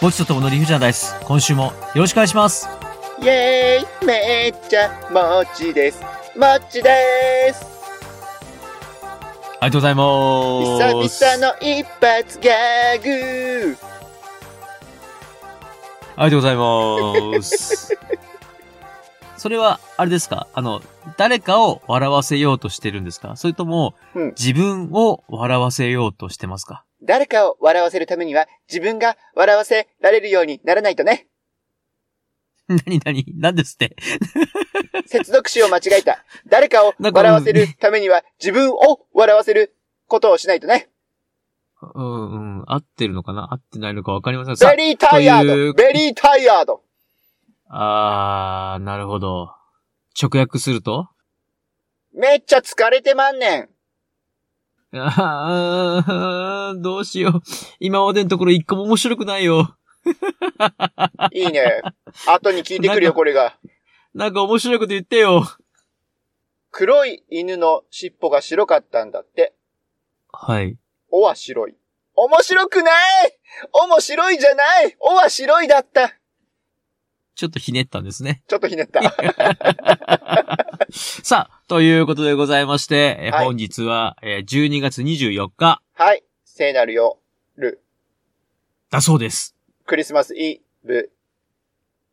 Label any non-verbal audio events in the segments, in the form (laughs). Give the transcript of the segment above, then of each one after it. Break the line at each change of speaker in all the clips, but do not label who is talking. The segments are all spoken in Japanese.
ぼちとともの理不尽なダイス。今週もよろしくお願いします。
イエーイめっちゃもちですもちです
ありがとうござい
久
ます。
々の一発ギャグ
ありがとうございます。それは、あれですかあの、誰かを笑わせようとしてるんですかそれとも、
うん
自分を笑わせようとしてますか (laughs)
誰かを笑わせるためには自分が笑わせられるようにならないとね
何何何ですって
接続詞を間違えた誰かを笑わせるためには自分を笑わせることをしないとね
うんうん。合ってるのかな合ってないのかわかりません。さ
ベリータイヤ
とい
ー
う
ドベリータイヤード
あー、なるほど。直訳すると (laughs)
めっちゃ疲れてまんねん
あー、どうしよう。今までのところ一個も面白くないよ。
いいね。後に聞いてく
な
る
ん
よ、
か
これが。
なんか面白いこと言ってよ。
黒い犬の尻尾が白かったんだって。
はい。
おは白い。面白くない面白いじゃないおは白いだった
ちょっとひねったんですね。 (laughs)
ちょっとひねった。
さあ、ということでございまして、え
はい
本日は、えー12月24日
はい。聖なる夜、
だそうです。
クリスマスイブ。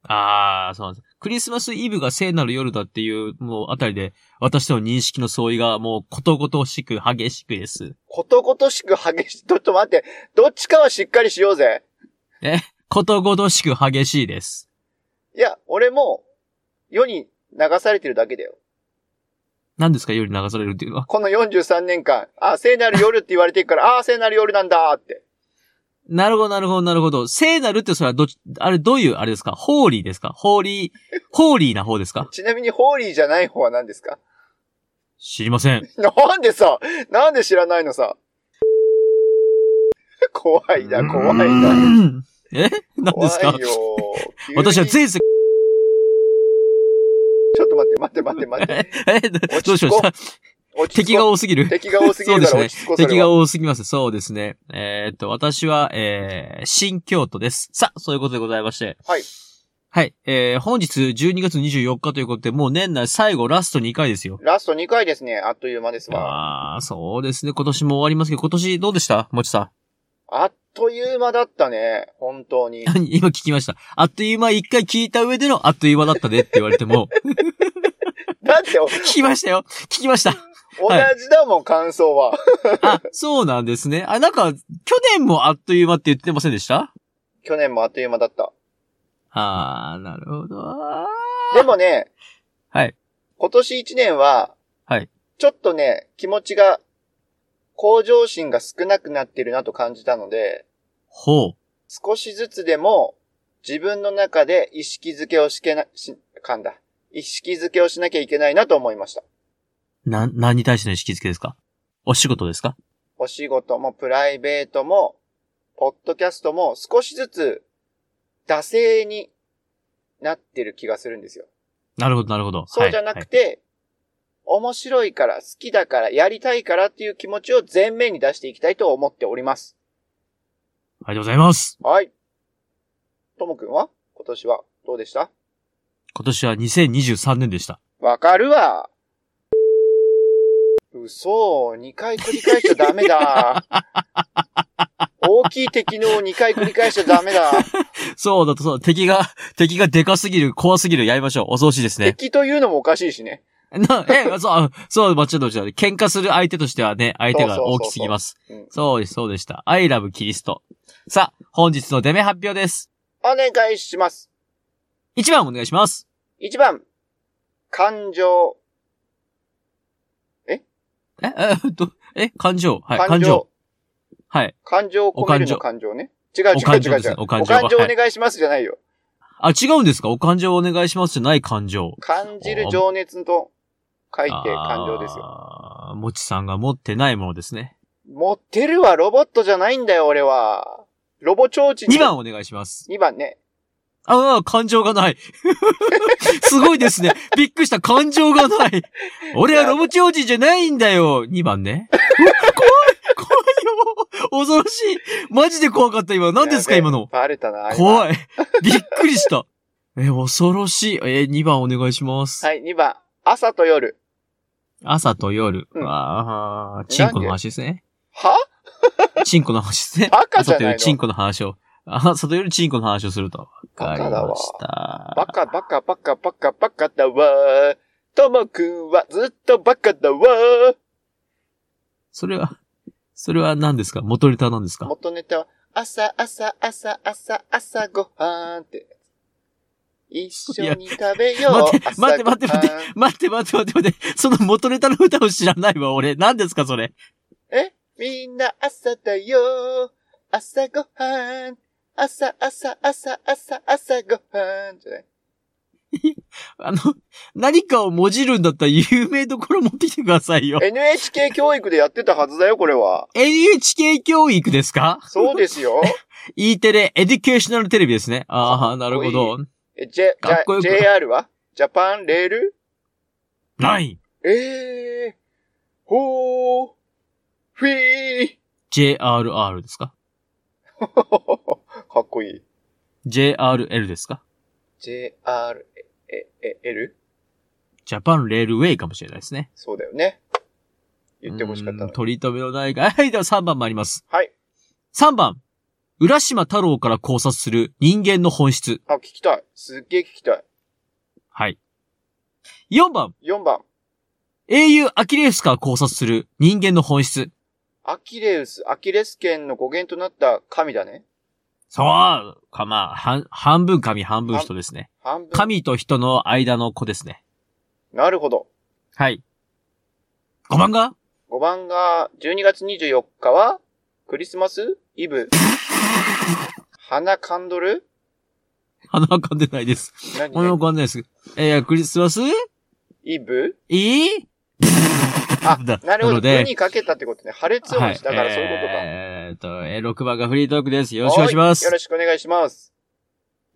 あー、そうなんです。クリスマスイブが聖なる夜だっていう、もうあたりで、私との認識の相違がもうことごとしく激しくです。
ことごとしく激しい。ちょっと待って。どっちかはしっかりしようぜ。
ことごとしく激しいです。
いや、俺も、世に流されてるだけだよ。
何ですか夜流されるっていうのは。
この43年間、あ、聖なる夜って言われてるから、あー、聖なる夜なんだーって。
なるほど、なるほど、なるほど。聖なるってそれはどっち、あれどういう、あれですかホーリーですかホーリー、ホーリーな方ですか
ちなみに、ホーリーじゃない方は何ですか
知りません。
なんでさ、なんで知らないのさ。 (laughs) 怖いな、怖いな。
うんえ何で
怖
すか
い
(laughs)
よ。急に
私は前世、
ちょっと待って、待って、待って、
(laughs)
待って。
え、
着
どうしました
落ち着
敵が
こ
多すぎ
う
る。
敵が多すぎるか
そ
ら
うで
落ち着こう、そ
敵
れ
が
は。
多すぎます。そうですね。えーっと、私は、えー、新京都です。さあ、そういうことでございまして。
はい。
はい。えー、本日12月24日ということで、もう年内最後ラスト2回ですよ。
ラスト2回ですね、あっという間ですわ。
ああ、そうですね。今年も終わりますけど、今年どうでしたもちさん。 (laughs)
あっという間だったね、本当
(laughs)
に。
今聞きました。あっという間一回聞いた上でのあっという間だったねって言われても、
だって、お
聞きましたよ聞きました
同じだもん、感想は。
(laughs) あ、そうなんですね。あ、なんか、去年もあっという間って言ってませんでした
去年もあっという間だった。
ああ、なるほど。は
でもね、
はい。
今年1年は、
はい。
ちょっとね、気持ちが、向上心が少なくなってるなと感じたので、
ほう。
少しずつでも自分の中で意識づけをしけな、し、かんだ。意識づけをしなきゃいけないなと思いました。
な、何に対しての意識づけですかお仕事ですか
お仕事もプライベートも、ポッドキャストも少しずつ、惰性になってる気がするんですよ。
なるほど、なるほど。
そうじゃなくて、面白いから、好きだから、やりたいからっていう気持ちを前面に出していきたいと思っておりま
は
す。
いはいありがとうございます。
はい。ともくんは今年はどうでした
今年は2023年でした。
わかるわ。嘘、2回繰り返しちゃダ
(laughs)
メだ。大きい敵のを2回繰り返しちゃダメだ。
そうだと、そう、敵が、敵がでかすぎる、怖すぎる、やりましょう。恐ろしいです
(laughs)
ね。
敵というのもおかしいしね。
な、え、そう、あそう、間違えた、間違えた。喧嘩する相手としてはね、相手が大きすぎます。
うん
そうです、そうでした。I love キリスト。さあ、本日のデメ発表です。
お願いします。
1番お願いします。
1番、感情。
え、え、ど、え、感情。はい、
感
感
情
情。。はい。
感情を込めるの
お
感情ね。違う違
お
う
感
違
情
う
です
違う
ね。お感情
お願いしますじゃないよ。
あ、違うんですかお感情お願いしますじゃない感情。
感じる情熱と書いて感情ですよ。
よ。もちさんが持ってないものですね。
持ってるわ、ロボットじゃないんだよ、俺は。ロボ超知
2番お願いします。
2番ね。
ああ、感情がない。 (laughs) すごいですね。びっくりした。感情がない。俺はロボチ王子じゃないんだよ。2番ね。うわ怖い。怖いよ。恐ろしいマジで怖かった今。何ですか
やべ
今の。
バレたな。今
怖い。びっくりした。え、恐ろしい。え、2番お願いします。
はい、2番。朝と夜。
朝と夜。
うん
ああ、チンコの話ですね。
は
チンコの話ですね。
(laughs) バカじ
朝
ゃ
と
な
夜
いの
チンコの話を。朝と夜チンコの話をすると。わかりました。
バカバカバカバカバカだわー。ともくんはずっとバカだわー。
それは、それは何ですか元ネタなんですか
元ネタは、朝朝朝朝朝ごはんって。一緒に食べよう。
待って
朝ごはん
待って待って待って待って待って待って。その元ネタの歌を知らないわ、俺。何ですかそれ。
えみんな朝だよ朝ごはん。朝朝朝朝朝ごはん。じゃ
(laughs)
ない
あの、何かをもじるんだったら有名どころ持ってきてくださいよ。
NHK 教育でやってたはずだよ、これは。
NHK 教育ですか
そうですよ。
E テレ、エデュケーショナルテレビですね。ああ、なるほど。
え、J、じ
かっこ
ゃ
よく
JR はジャパンレール
ライン、
ええー、ほー、フィー
JRR ですか
(laughs) かっこいい。
?JRL ですか
JR、え、え、L?
ジャパンレールウェイかもしれないですね。
そうだよね。言ってほしかっ
う
た
ー
の
ん。取り留めのないが。 (laughs) はい、では3番参ります。
はい。
3番。浦島太郎から考察する人間の本質。
あ、聞きたい。すっげえ聞きたい。
はい。4番。
4番。
英雄アキレウスから考察する人間の本質。
アキレウス、アキレス腱の語源となった神だね。
そうか、まあ、半半分神、半分人ですね。
半分。。
神と人の間の子ですね。
なるほど。
はい。5番が (laughs)
5番が、12月24日は、クリスマスイ
(laughs)
ブ。花カンドル
鼻が噛んでないです。
何
鼻が噛んでないです。えー、クリスマス
イブ
いい
あ、
(laughs) だ
なる
な
ほど。
ので
部にかけたってことね。破裂音したからそういうことか。
えーっと、えー、6番がフリートークです。よろしくお願いしま
はよ
す。
ろしくお願いします。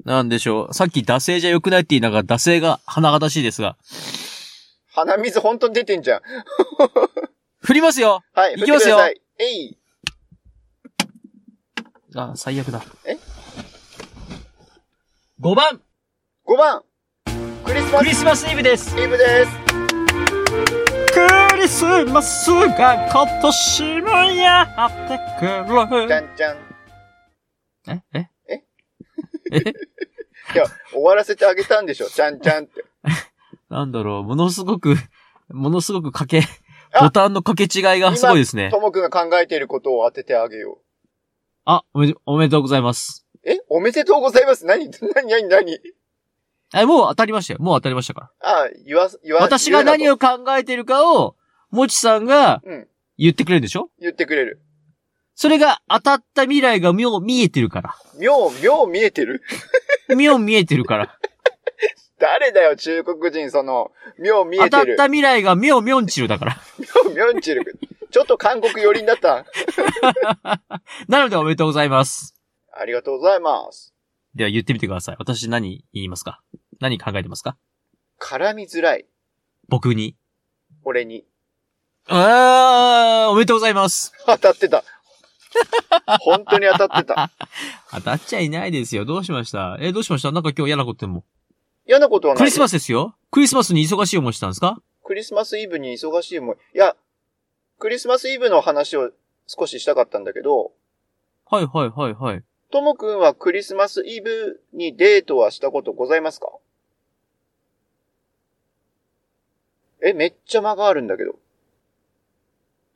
なんでしょう。さっき惰性じゃ良くないって言いながら、惰性が鼻だしいですが。
鼻水本当に出てんじゃん。
振りますよ
はい、
いきますよ
振ってくださいえい。
あ、最悪だ。
え
?5 番、
5番、クリスマ
ク
ス
リスマスイブです。
イブです。
クリスマスが今年もやってく
じゃ
る。
んじゃん。
ええ
いや、終わらせてあげたんでしょ。じゃんじゃ
(laughs)
んって。
なんだろう、ものすごく、ものすごくかけ、
あ
ボタンの掛け違いがすごいですね。
ともくんが考えていることを当ててあげよ
あ、おめでおめでとうございます。
う。えおめでとうございます。何何何何
え、もう当たりましたよ。もう当たりましたから。
あ、言わ、言わ、
私が何
言う
を考えてるかを、もちさんが
なとうん、
言ってくれるでしょ
言ってくれる。
それが当たった未来が妙見えてるか
(laughs) 妙、妙見えてる
ら。妙見えてるから。
誰だよ、中国人、その、妙見
当
え
た
て
っ
る
た。未来が妙妙んちるだから。
妙、妙んちる。 (laughs) ちょっと韓国寄りになった。
なのでおめでとうございます。
ありがとうございます。
では言ってみてください。私何言いますか何考えてますか
絡みづらい。
僕に。
俺に。
あー、おめでとうございます。
当たってた。本当に当たってた。
当たっちゃいないですよ。どうしましたえ、どうしましたなんか今日嫌なことでも。
嫌なことはない。
クリスマ
ス。
スですよクリスマスに忙しい思いしたんですか
クリスマスイブに忙しいもん。いや、クリスマスイブの話を少ししたかったんだけど、
はいはいはいはい。
ともくんはクリスマスイブにデートはしたことございますかえ、めっちゃ間があるんだけど。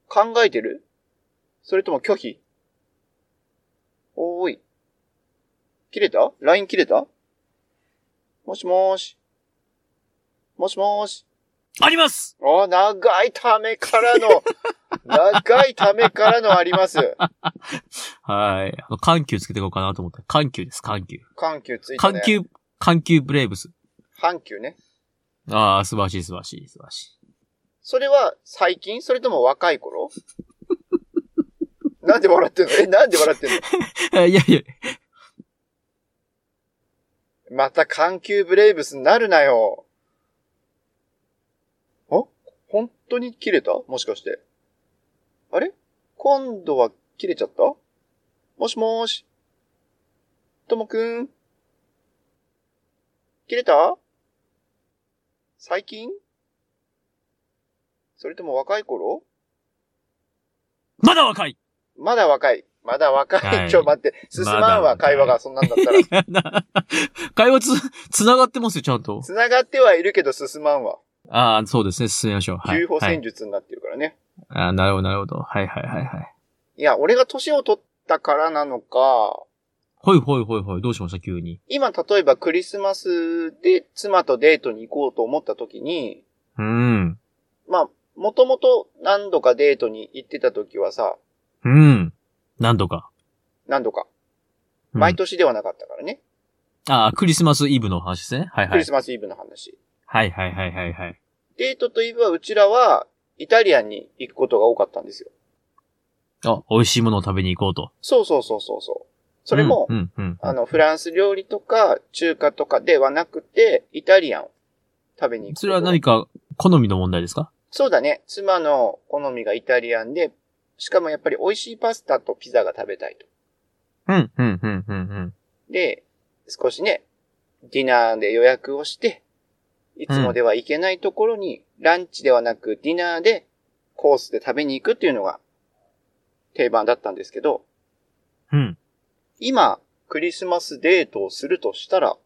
考えてるそれとも拒否おーい。切れた ?LINE 切れたもしもーし。もしもーし。
あります
あー、長いためから
(laughs)
の、長いためからのあります。
はい。あの、緩急つけていこうかなと思った。緩急です、緩急。
緩急ついてね
緩。急、緩急ブレイブス。
緩急ね。
ああ、素晴らしい素晴らしい素晴らしい。
それは最近それとも若い頃 (laughs) なんで笑ってんのえ、なんで笑ってんの
えいや (laughs) いや、
また緩急ブレイブスになるなよ。あ本当に切れたもしかして。あれ今度は切れちゃったもしもーし。ともくん。切れた最近それとも若い頃
まだ若い (laughs)
まだ若い。まだ若い。
はい
ちょ、待って。進まんわ、
まだ若い
会話がそんなんだったら。 (laughs)
会話つ、つながってますよ、ちゃんと。
繋がってはいるけど進まんわ。
ああ、そうですね、進めましょう。はい。
急歩戦
はい、
術になってるからね。
ああ、なるほど、なるほど。はいはいはいはい。
い、や、俺が年を取ったからなのか、
ほいほいほいほい、どうしました、急に。
今例えばクリスマスで妻とデートに行こうと思った時に、
うん。
まあ、もともと何度かデートに行ってた時はさ、
うん。何度か。
何度か。
うん
毎年ではなかったからね。
ああ、クリスマスイブの話ですね。はい
ク
は
リ
い
ス。マスイブの話。
はいはいはいはいはい。
デートといえばうちらは、イタリアンに行くことが多かったんですよ。
あ、美味しいものを食べに行こうと。
そうそうそうそうそう。それも、
うん、うん、うん。
あの、フランス料理とか中華とかではなくて、イタリアンを食べに行くこと。
それは何か、好みの問題ですか
そうだね。妻の好みがイタリアンで、しかもやっぱり美味しいパスタとピザが食べたいと。
うん、うん、うん、うん、うん。
で、少しね、ディナーで予約をして、いつもでは行けないところに、ランチではなくディナーでコースで食べに行くっていうのが定番だったんですけど、
うん。
今、クリスマスデートをするとしたら、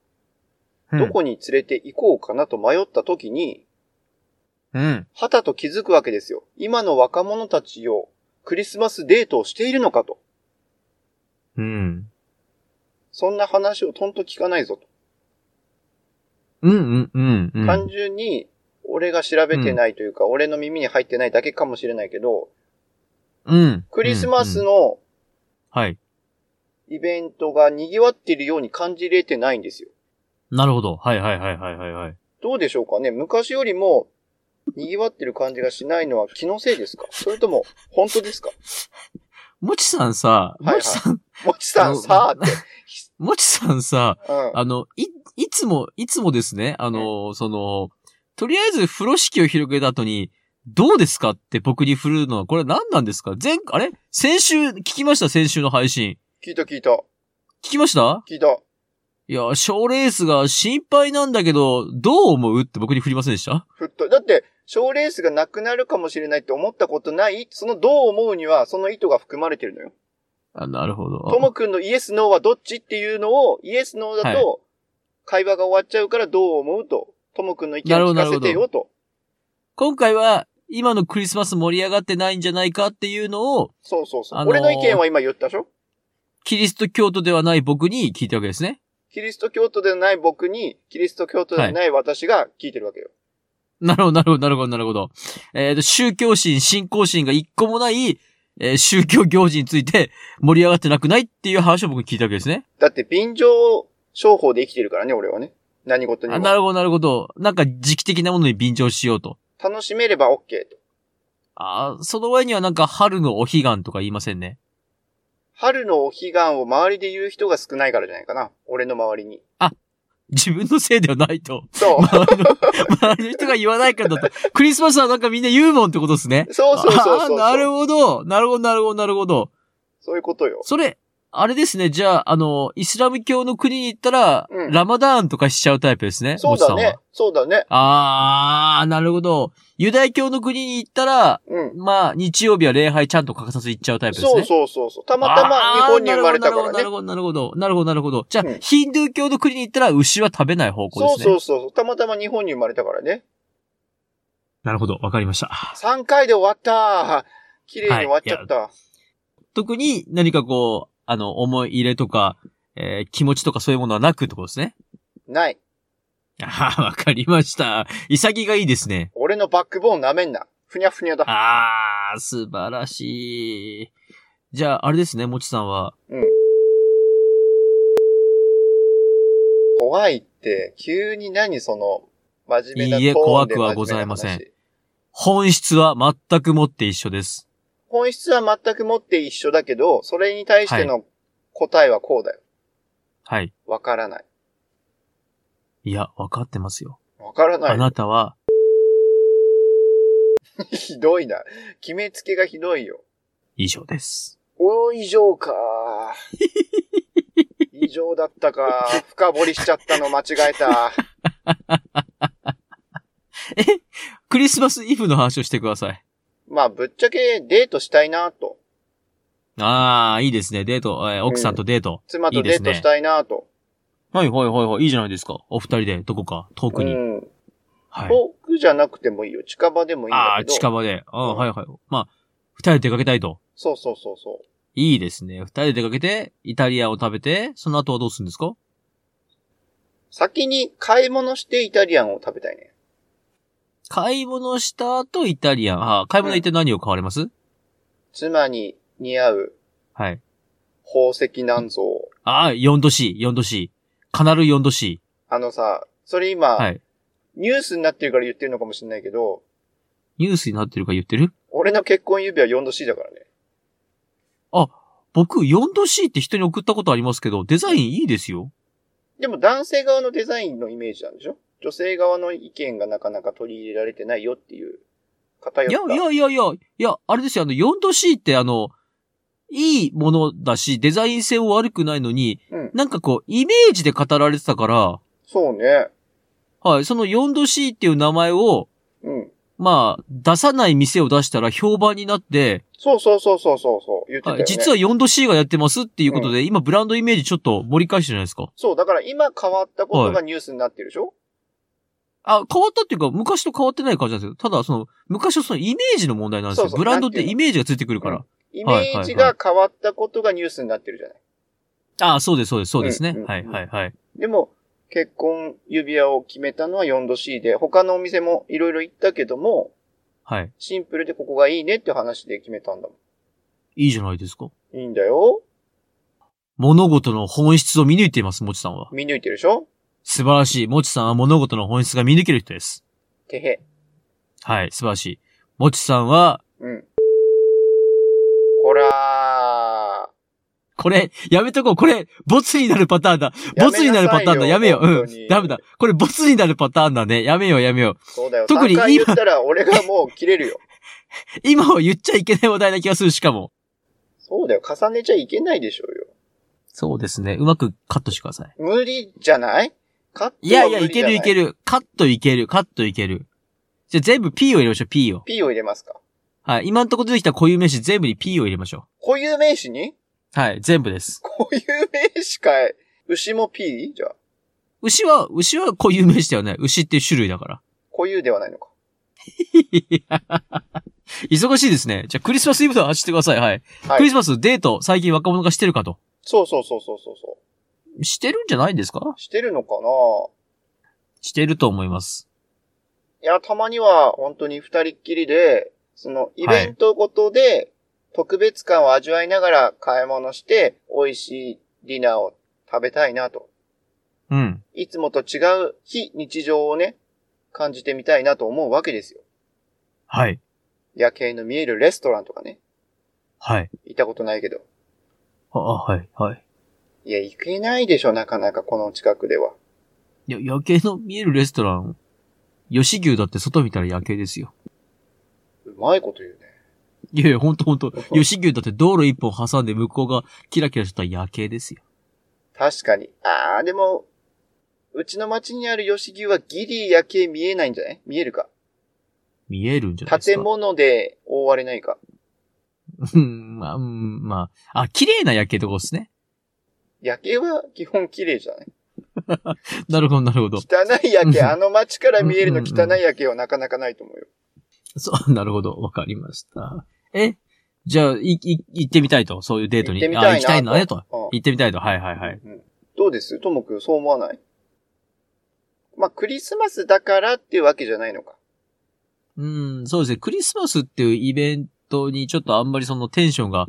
どこに連れて行こうかなと迷った時に、
うん。
はたと気づくわけですよ。今の若者たちをクリスマスデートをしているのかと。
うん。
そんな話をとんと聞かないぞと。
うん、うん、うん、うん。
単純に、俺が調べてないというか、俺の耳に入ってないだけかもしれないけど、
うん。
クリスマ
うん
ス
うん
の
はい。
イベントが賑わっているように感じれてないんですよ。
なるほど。はいはいはいはいはいはい。
どうでしょうかね昔よりも、賑わってる感じがしないのは気のせいですかそれとも、本当ですか
もちさんさ、
いはい
もちさん、
もちさんさあって。
もちさんさ、
うん。
あの、い、いつも、いつもですね、あの、その、とりあえず風呂敷を広げた後に、どうですかって僕に振るのは、これ何なんですか前、あれ先週、聞きました先週の配信。
聞いた聞いた。
聞きました
聞いた。
いや、賞レースが心配なんだけど、どう思うって僕に振りませんでした
ふっと。だって、賞レースがなくなるかもしれないって思ったことないそのどう思うには、その意図が含まれてるのよ。
あ、なるほど。
ともくんのイエスノーはどっちっていうのを、イエスノーだと、会話が終わっちゃうからどう思うと。ともくんの意見を聞かせてよと。
今回は、今のクリスマス盛り上がってないんじゃないかっていうのを、
そうそうそう。
あのー
俺の意見は今言ったでしょ
キリスト教徒ではない僕に聞いたわけですね。
キリスト教徒でない僕に、キリスト教徒でない私が聞いてるわけよ。
なるほど、なるほど、なるほど、なるほど。えっ、と、宗教心、信仰心が一個もない、えー宗教行事について盛り上がってなくないっていう話を僕に聞いたわけですね。
だって、便乗商法で生きてるからね、俺はね。何事に
あな
も。
るほど、なるほど。なんか時期的なものに便乗しようと。
楽しめれば OK と。
ああ、その前にはなんか春のお彼岸とか言いませんね。
春のお彼岸を周りで言う人が少ないからじゃないかな。俺の周りに。
自分のせいではないと。
そう。
(laughs) 周りの、周りの人が言わないからだと。クリスマスはなんかみんな言うもんってことですね。
そうそうそうそうそ
(laughs)
う。
ああなるほど。なるほど、なるほど、なるほど。
そういうことよ。
それ、あれですね。じゃあ、あの、イスラム教の国に行ったら、
うん
ラマダーンとかしちゃうタイプですね。
そう
モチさ
だ
んは
ね。。そうだね。
あー、なるほど。ユダヤ教の国に行ったら、
うん。
まあ、日曜日は礼拝ちゃんと欠かさず行っちゃうタイプですね。
そうそうそうそう。たまたま日本に生まれたから
な
ね
る。ほど、なるほど、なるほど、なるほど。じゃあ、
うん
ヒンドゥー教の国に行ったら牛は食べない方向です
そ
ね
う。そうそう。たまたま日本に生まれたからね。
なるほど、わかりました。
3回で終わった綺麗に終わっちゃった。
特に何かこう、あの、思い入れとか、えー気持ちとかそういうものはなくってことですね。
ない。
ああ、わかりました。潔がいいですね。
俺のバックボーン舐めんな。ふにゃふにゃだ。
ああ、素晴らしい。じゃあ、あれですね、もちさんは。
うん。怖いって、急に何その、真面目ない
いえ
トーンで
怖くは
真面目な話
ございません。本質は全くもって一緒です。
本質は全くもって一緒だけど、それに対しての答えはこうだよ。
はい。
わからない。
いや、わかってますよ。
わからない
あ。なたは、
ひどいな。決めつけがひどいよ。
以上です。
おー、異
(laughs)
常か。異常だったか。深掘りしちゃったの間違えた。
クリスマスイブの話をしてください。
まあ、ぶっちゃけデートしたいなと。
ああ、いいですね。デート、えー奥さんとデート。
妻
い
と
いで
デ
す
ー
ね
トしたいなと。
はいはいはいはい。いいじゃないですか。お二人で、どこか、遠くに。
うん。
はい。
遠くじゃなくてもいいよ。近場でもいいん
あ
だ
あ、
けど。
近場で。ああ、
うん
はいはい。まあ、二人で出かけたいと。
そうそうそうそう。
いいですね。二人で出かけて、イタリアを食べて、その後はどうするんですか
先に買い物してイタリアンを食べたいね。
買い物した後、イタリアン。ああ、買い物行って何を買われます、
妻に似合う
はい。
宝石なんぞ。
ああ、4度 C、4度 C。カナル4度 C。
あのさ、それ今、
はい。
ニュースになってるから言ってるのかもしれないけど、
ニュースになってるか言ってる
俺の結婚指輪 4°C だからね。
僕、4度 C って人に送ったことありますけど、デザインいいですよ。
でも男性側のデザインのイメージなんでしょ女性側の意見がなかなか取り入れられてないよっていう偏っ
いや、
た。
いや、いや、いや、いや、あれですよ、あの、4度 C ってあの、いいものだし、デザイン性も悪くないのに、
うん。
なんかこう、イメージで語られてたから、
そうね。
はい、その4度 C っていう名前を、
うん。
まあ、出さない店を出したら評判になって、
そうそうそうそうそうそう。言ってたよ
は
ね。
い、実は4度 C がやってますっていうことで、今ブランドイメージちょっと盛り返してるじゃないですか。
そう、だから今変わったことがニュースになってるでしょ、
あ、変わったっていうか、昔と変わってない感じなんですよ。ただ、その、昔はそのイメージの問題なんですよ。
そうそう
ブランドってイメージがついてくるから。
うんイメージが変わったことがニュースになってるじゃない。
ああ、そうです、そうです、そうですね。
うんうん
はい、はい、はい。
でも、結婚指輪を決めたのは 4°C で、他のお店もいろいろ行ったけども、
はい。
シンプルでここがいいねって話で決めたんだも
いいじゃないですか。
ん。いいんだよ。
物事の本質を見抜いています、もちさんは。
見抜いてるでしょ
素晴らしい。もちさんは物事の本質が見抜ける人です。
てへ。
はい、素晴らしい。もちさんは、
うん。こら
これ、やめとこう。これ、ボツになるパターンだ。
ー。
ボツになるパターンだ。やめよう。う
本当
ん。
に
ダメだ。。これ、ボツになるパターンだね。やめよう、やめよう。
そうだよ。
特
特
に
に
今
今。言ったら俺がもう切れるよ。
今は言っちゃいけない話題な気がする、しかも。
そうだよ。重ねちゃいけないでしょうよ。
そうですね。うまくカットしてください。
無理じゃないカット
いやいや、いけるいけ
る。
る。カットいける。カットいける。じゃあ全部 P を入れましょう、P を。
P を入れますか
はい。今んとこ出てきた固有名詞全部に P を入れましょ
固有名詞に
う。はい。全部です。
固有名詞かい。牛も P? じゃあ。
牛は、牛は固有名詞ではない。牛っていう種類だから。
固有ではないのか。
忙しいですね。じゃあクリスマスイブと走ってください。はい。
はい
クリスマスデート、最近若者がしてるかと。
そうそうそうそうそうそ
してるんじゃないですか
う。してるのかな
してると思います。
いや、たまには本当に二人っきりで、そのイベントごとで特別感を味わいながら買い物して美味しいディナーを食べたいなと。
うん。
いつもと違う非日常をね、感じてみたいなと思うわけですよ。
はい。
夜景の見えるレストランとかね、
はい。
行ったことないけど。
あ、あはい、はい。
いや、行けないでしょ、なかなかこの近くでは。
いや、夜景の見えるレストラン、吉牛だって外見たら夜景ですよ。
うまいこと言うね。
いやいや、ほんとほんと。吉牛だって道路一本挟んで向こうがキラキラしてたら夜景ですよ。
確かに。あー、でも、うちの町にある吉牛はギリ夜景見えないんじゃない見えるか。
見えるんじゃないですか。
建物で覆われないか。
(laughs) うん、まあ、うん、まあ。あ、綺麗な夜景ってことですね。
夜景は基本綺麗じゃない
なるほど、なるほど。
汚い夜景、
うん
あの町から見えるの
うんうん
汚
うん
い夜景はなかなかないと思うよ。
そう、なるほど。わかりました。えじゃあ、い、い、行ってみたいと。そういうデートに。
行ってみたいな
あ、行きたいなねと。
うん
行ってみたいと。はいはいはい。
うんどうですともくん、そう思わないまあ、クリスマスだからっていうわけじゃないのか。
うん、そうですね。クリスマスっていうイベントにちょっとあんまりそのテンションが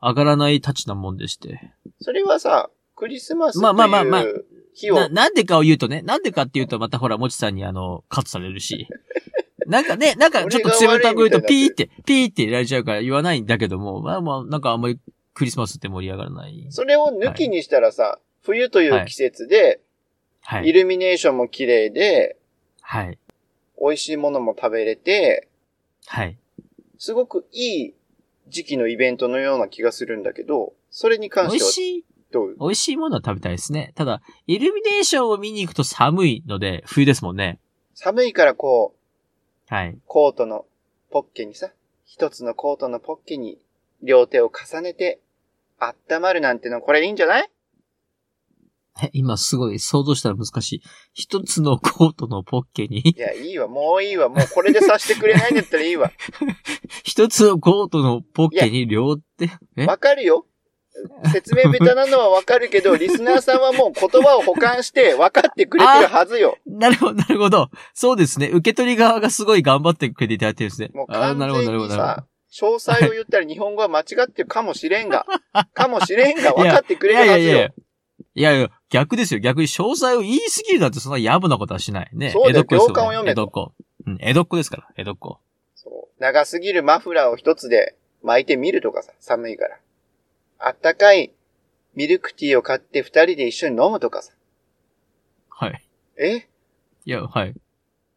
上がらないたちなもんでして。
それはさ、クリスマスって
まあまあまあまあ
いう日を、
な、なんでかを言うとね、なんでかっていうとまたほら、もちさんにあの、カットされるし。 (laughs) なんかね、なんかちょっと強いタグ言うとピーって、ピーって入れられちゃうから言わないんだけども、まあまあ、なんかあんまりクリスマスって盛り上がらない。
それを抜きにしたらさ、冬という季節で、
は
イ
い。
ルミネーションも綺麗で、
はい。
美味しいものも食べれて、
はい。
すごくいい時期のイベントのような気がするんだけど、それに関
美味
しては
しい、
どう
美味しいものは食べたいですね。ただ、イルミネーションを見に行くと寒いので、冬ですもんね。
寒いからこ
はい。
う、コートのポッケにさ、一つのコートのポッケに両手を重ねて、温まるなんてのこれいいんじゃない
え今すごい想像したら難しい。一つのコートのポッケに (laughs)
い、や、いいわ、もういいわ、もうこれでさしてくれないんだったらいいわ。
一つのコートのポッケに両手、 (laughs) え
わかるよ。説明ベタなのはわかるけど、リスナーさんはもう言葉を保管して分かってくれてるはずよ。
(laughs) なるほど、なるほど。そうですね。受け取り側がすごい頑張ってくれていただいてるんですね
もう。
あー
完
なるほど、な
全
るほ
に
ど、なる
さ、詳細を言ったら日本語は間違ってるかもしれ
(laughs)
んが、かもしれんが
いや
分かってく
ほど。い
れ
やい
るは
や
ず
いやいや
よ。。
いやいや、逆ですよ。逆に詳細を言いすぎるなんてそんな野暮なことはしない。ね。
そうだよ
江戸っ子です
行間を
よね。
読め
江戸
と
っ子。うん、江戸っ子ですから、江戸っ子。
そう長すぎるマフラーを一つで巻いてみるとかさ、寒いから。あったかいミルクティーを買って二人で一緒に飲むとかさ。
はい。
え
いや、はい。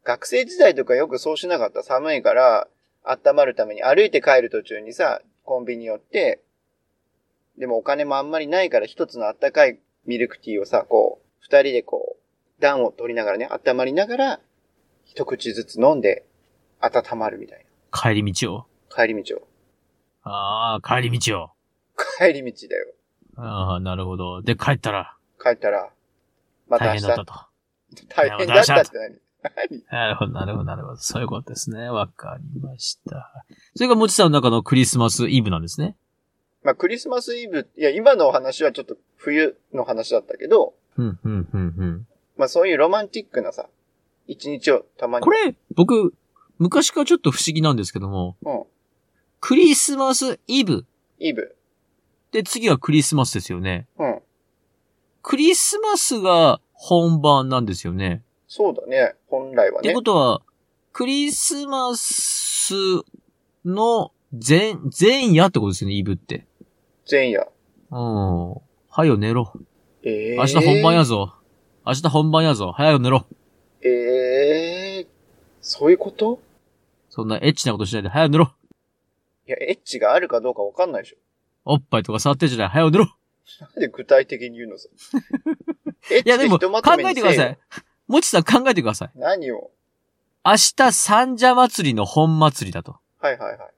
学生時代とかよくそうしなかった寒いから、温まるために歩いて帰る途中にさ、コンビニ寄って、でもお金もあんまりないから一つのあったかいミルクティーをさ、こう、二人でこう、暖を取りながらね、温まりながら、一口ずつ飲んで、温まるみたい
帰り道を。
な。帰り道を。
ああ、帰り道を。
帰り道だよ。
ああ、なるほど。で、帰ったら、
帰ったら、また
大変
明日、
だったと。
大変だったって何
なるほど、なるほど、なるほど。そういうことですね。わかりました。それがもちさんの中のクリスマスイブなんですね。
まあ、クリスマスイブ、いや、今のお話はちょっと冬の話だったけど、
うん、うん、うん、うん。
まあそういうロマンティックなさ、一日をたまに。
これ、僕、昔からちょっと不思議なんですけども、
うん。
クリスマスイブ。
イブ。
で、次はクリスマスですよね。
うん。
クリスマスが本番なんですよね。
そうだね。本来は
って
ね
こ。とは、クリスマスの前、前夜ってことですよね、イブって。
前夜。
うん。はよ寝ろ。
ええー。
明日本番やぞ。明日本番やぞ。早よ寝ろ。
ええー。そういうこと
そんなエッチなことしないで、早よ寝ろ。
いや、エッチがあるかどうかわかんないでしょ。 (laughs)
おっぱいとか触ってんじゃない、早よ寝ろ。
なんで具体的に言う
(laughs)
のさ。エッチ
いや、で
で
も、
ひと
考
まとめ
え
に
て
せ
くださ
よ
い。。もちさん考えてください。
何を
明日三社祭りの本祭りだと。
はいはいはい。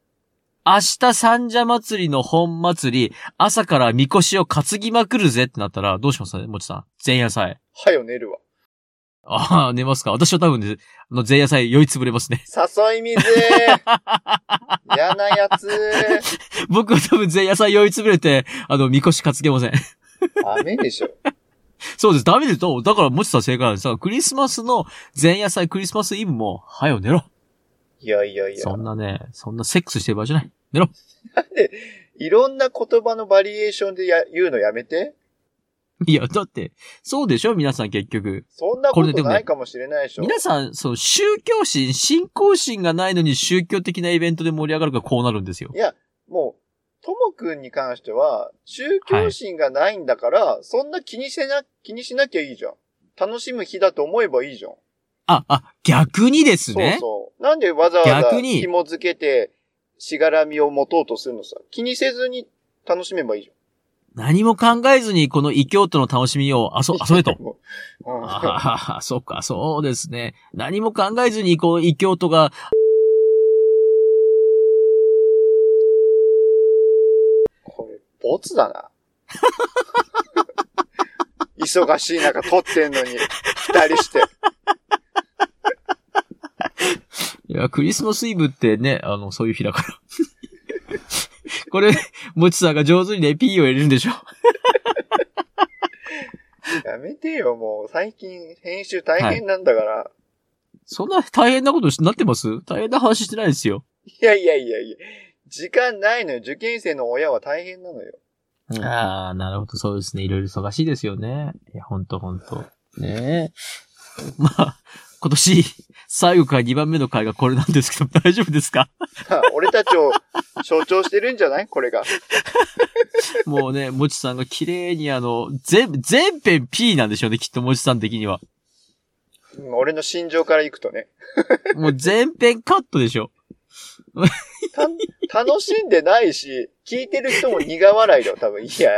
明日三社祭りの本祭り、朝からみこしを担ぎまくるぜってなったら、どうしますもちさん。前夜祭。
はよ寝るわ。
ああ、寝ますか私は多分ね、あの、前夜祭酔いつぶれますね。 (laughs)
誘い水嫌なやつ
僕は多分前夜祭酔いつぶれて、あの、みこし担げません。
ダメでしょ。
そうです。ダメですと。だから、もちさん正解なんですよ。クリスマスの前夜祭、クリスマスイブも、はよ寝ろ。
いやいやいや。
そんなね、そんなセックスしてる場合じゃない。寝ろ。
いろんな言葉のバリエーションでや言うのやめて。
いや、だって、そうでしょ皆さん結局。
そんな
こ
こ
れで
と
でもね
ないかもしれないでしょ。
皆さん、そう、宗教心、信仰心がないのに宗教的なイベントで盛り上がるからこうなるんですよ
い。や、もう、ともくんに関しては、宗教心がないんだから、そんな気にせな、気にしなきゃいいじゃん。楽しむ日だと思えばいいじゃん。
あ、あ、逆にです
そう
ね。
そう。なんでわざわざ
逆に
紐付けて、しがらみを持とうとするのさ。気にせずに楽しめばいいじ
何も考えずにこの異教徒の楽しみを遊
ゃん。、。
遊べと
(laughs) もう。うん
ああ、そうか、そうですね。何も考えずにこう異教徒が、
これ、ボツだな。 (laughs) 忙しい中撮ってんのに、二人して。
いや、クリスマスイブってね、あの、そういう日だから。 (laughs) これ、もちさんが上手にね、P を入れるんでしょ
やめてよ、もう。最近、編集大変なんだから。
そんな大変なことしなってます大変な話してないですよ。
いやいやいやいや。時間ないのよ。受験生の親は大変なのよ。
ああ、なるほど、そうですね。いろいろ忙しいですよね。いや、ほんとほんと。ねえ。 (laughs) まあ、今年、最後から2番目の回がこれなんですけど、 (laughs) 大丈夫ですか
まあ俺たちを象徴してるんじゃないこれが。
もうね、もちさんが綺麗にあの、全、全編 P なんでしょうね、きっともちさん的には。
うん俺の心情からいくとね。
もう全編カットでしょ。
た、楽しんでないし、聞いてる人も苦笑いだよ、多分。い
(laughs)
や、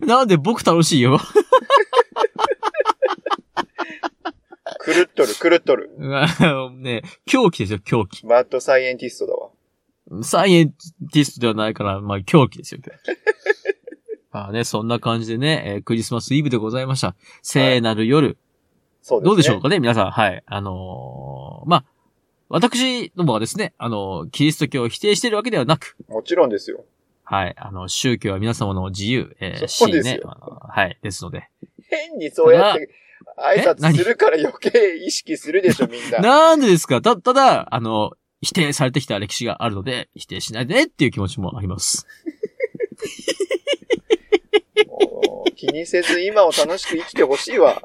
なんで僕楽しいよ。 (laughs)
狂っとる、狂っとる。
ね狂気ですよ、狂気。
マッドサイエンティストだわ。
サイエンティストではないから、まあ、狂気ですよ、狂 (laughs) 気。まあね、そんな感じでね、えークリスマスイブでございました。聖なる夜。
そうですね。
どうでしょうかね、皆さん。はい。あのーまあ、私どもはですね、あのーキリスト教を否定しているわけではなく、
もちろんですよ。
はい。あの、宗教は皆様の自由、えー、
そうですよ
ね。あのはい。ですので。
変にそうやって挨
え何
拶するから余計意識するでしょ、みんな。
なんでですかた、ただ、あの、否定されてきた歴史があるので、否定しないでねっていう気持ちもあります。
もう気にせず今を楽しく生きてほしいわ。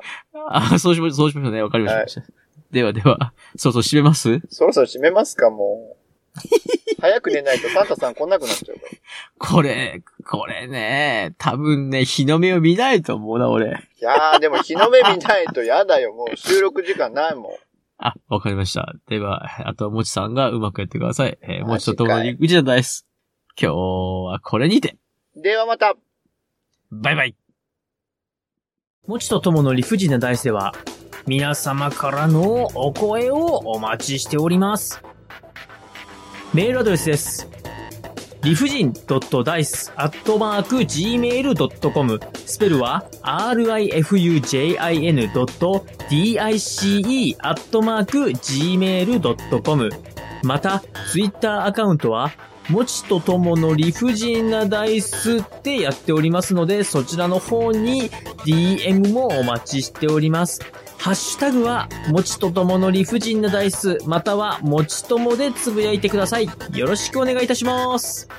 あ、そうしましょう、そうしましょうね。わかりました。
はい
ではでは、そうそう、締めます
そろそろ閉めますか、もう。早く寝ないとサンタさん来なくなっちゃうから。
これ、これね、多分ね、日の目を見ないと思うな、俺。
いやー、でも日の目見ないとやだよ。もう収録時間ないもん。
あ、わかりました。では、あとはもちさんがうまくやってください。えー、も
マ
ちと
ジかい
共に、うちのダイス。今日はこれにて、
ではまた
バイバイ
もちとともの理不尽なダイスでは、皆様からのお声をお待ちしております。メールアドレスです。理不尽 d i c e g m a i l c o m スペルは rifujin.dice gmail.com また、ツイッターアカウントは、もちとともの理不尽なダイスってやっておりますので、そちらの方に DM もお待ちしております。ハッシュタグは、もちとともの理不尽なダイス、または、もちともでつぶやいてください。よろしくお願いいたします。